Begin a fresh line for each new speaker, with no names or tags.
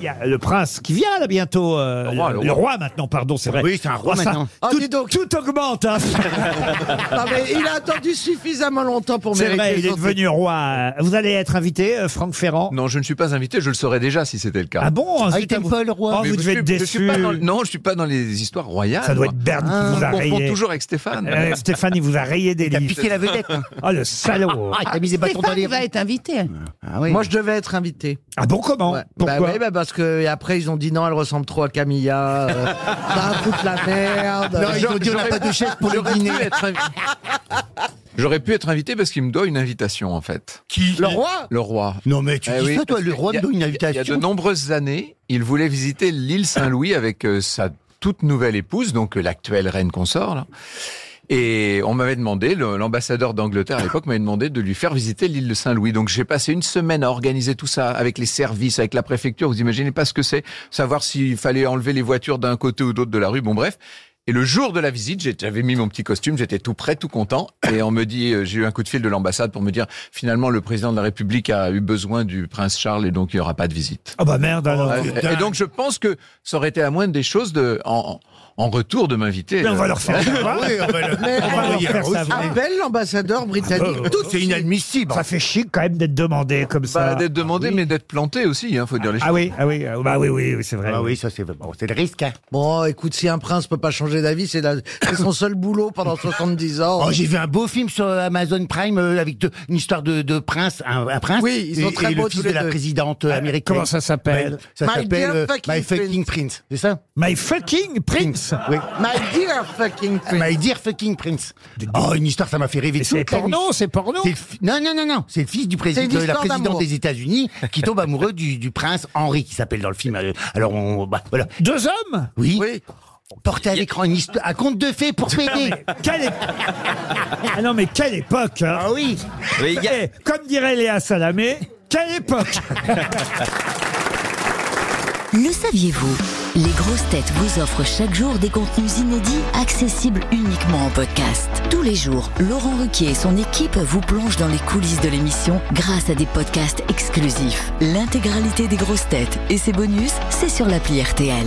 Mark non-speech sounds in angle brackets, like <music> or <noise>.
il y a le prince qui vient là bientôt. euh, le,
roi,
le
le
roi, maintenant, pardon, c'est vrai. Oh,
Oui, c'est un roi
ça,
maintenant.
Ah,
tout,
dis donc.
tout augmente. hein.
Non, mais il a attendu suffisamment longtemps pour
c'est
mériter.
vrai, il est
son
devenu roi. Vous allez être invité, euh, Franck Ferrand.
Non, je ne suis pas invité, je le saurais déjà si c'était le cas.
Ah bon
Ah, il
zut,
t'aime
vous-
pas, le roi
Oh,
Mais
vous
je
devez
suis-
être
je suis
déçu.
pas dans- non, je suis pas dans les histoires royales.
Ça doit être
moi.
Berne qui vous a
Je me confonds
rayé.
Ah, toujours avec Stéphane.
Euh, Stéphane, il vous a rayé des livres. <laughs>
la vedette. hein.
Ah, le salaud.
Ah, il t'a mis des bâtons dans
Stéphane,
les
il va
roues.
être invité.
Ah oui. Moi, je devais être invité.
Ah bon, comment
Ouais.
Pourquoi
bah, ouais, bah, parce que et après, ils ont dit non, elle ressemble trop à Camilla. euh, ça va foutre la merde.
Non, ils ont dit, on n'a pas de
chef
J'aurais pu être invi- J'aurais pu être invité parce qu'il me doit une invitation en fait.
Qui
Le roi
Le roi.
Non, mais tu
Eh
dis
oui,
ça, toi,
parce
le
que
roi
il y
me
a-
donne une
Il y a de
invitation. <laughs>
nombreuses années, il voulait visiter l'île Saint-Louis avec euh, sa toute nouvelle épouse, donc euh, l'actuelle reine consort. là. Et on m'avait demandé, le- l'ambassadeur d'Angleterre à l'époque m'avait demandé de lui faire visiter l'île de Saint-Louis. Donc j'ai passé une semaine à organiser tout ça avec les services, avec la préfecture. Vous imaginez pas ce que c'est, savoir s'il fallait enlever les voitures d'un côté ou d'autre de la rue. Bon bref. Et le jour de la visite, j'ai- j'avais mis mon petit costume, j'étais tout prêt, tout content. Et on me dit, euh, j'ai eu un coup de fil de l'ambassade pour me dire, finalement, le président de la République a eu besoin du prince Charles et donc il n'y aura pas de visite.
Ah bah merde alors.
Ouais, et- et donc je pense que ça aurait été la moindre des choses de, en, en retour de m'inviter. euh,
Mais on va leur faire.
Ah oui, on va le-
Mais-
on va le
Alors,
dire
faire
aussi.
ça, vous-
Appelle l'ambassadeur britannique.
Tout, Euh, c'est inadmissible.
Ça fait chic quand même d'être demandé comme
Pas
ça.
bah, d'être demandé, mais d'être planté aussi, hein, faut dire les choses.
Ah oui, ah oui, ah bah oui, oui, oui, c'est vrai.
Ah oui, ça c'est bon, c'est le risque. hein.
Bon, écoute, si un prince peut pas changer d'avis, c'est la- c'est son seul boulot pendant 70 ans.
Oh, j'ai vu un beau film sur Amazon Prime euh, avec deux- une histoire de, de prince, un, un prince
Oui, ils sont
et,
très
et le
beaux
fils
tous
de
les
la
deux.
présidente
Euh,
américaine.
Comment ça s'appelle
Ça
My
s'appelle
Dear
euh,
Fucking
My Fucking Prince, c'est ça
My fucking prince.
Oui.
My dear fucking prince.
My Dear Fucking Prince. Oh, une histoire, ça m'a fait rêver.
Mais c'est
toute la nuit.
porno, c'est porno.
C'est le fi- Non, non, non, non. C'est le fils
C'est
du
une
président, de la
histoire
présidente
d'amour.
des États-Unis qui tombe amoureux du, du prince Henri, qui s'appelle dans le film. euh, Alors, on, bah, voilà.
Deux hommes.
Oui.
Oui.
Porté à l'écran une histo- un conte de fées pour
<laughs> Non,
péter.
mais quelle é- Ah non mais quelle époque. hein.
Ah oui.
Oui, il y a-
Eh, comme dirait Léa Salamé, quelle époque
Le saviez-vous Les grosses têtes vous offrent chaque jour des contenus inédits accessibles uniquement en podcast. Tous les jours, Laurent Ruquier et son équipe vous plongent dans les coulisses de l'émission grâce à des podcasts exclusifs. L'intégralité des grosses têtes et ses bonus, c'est sur l'appli RTL.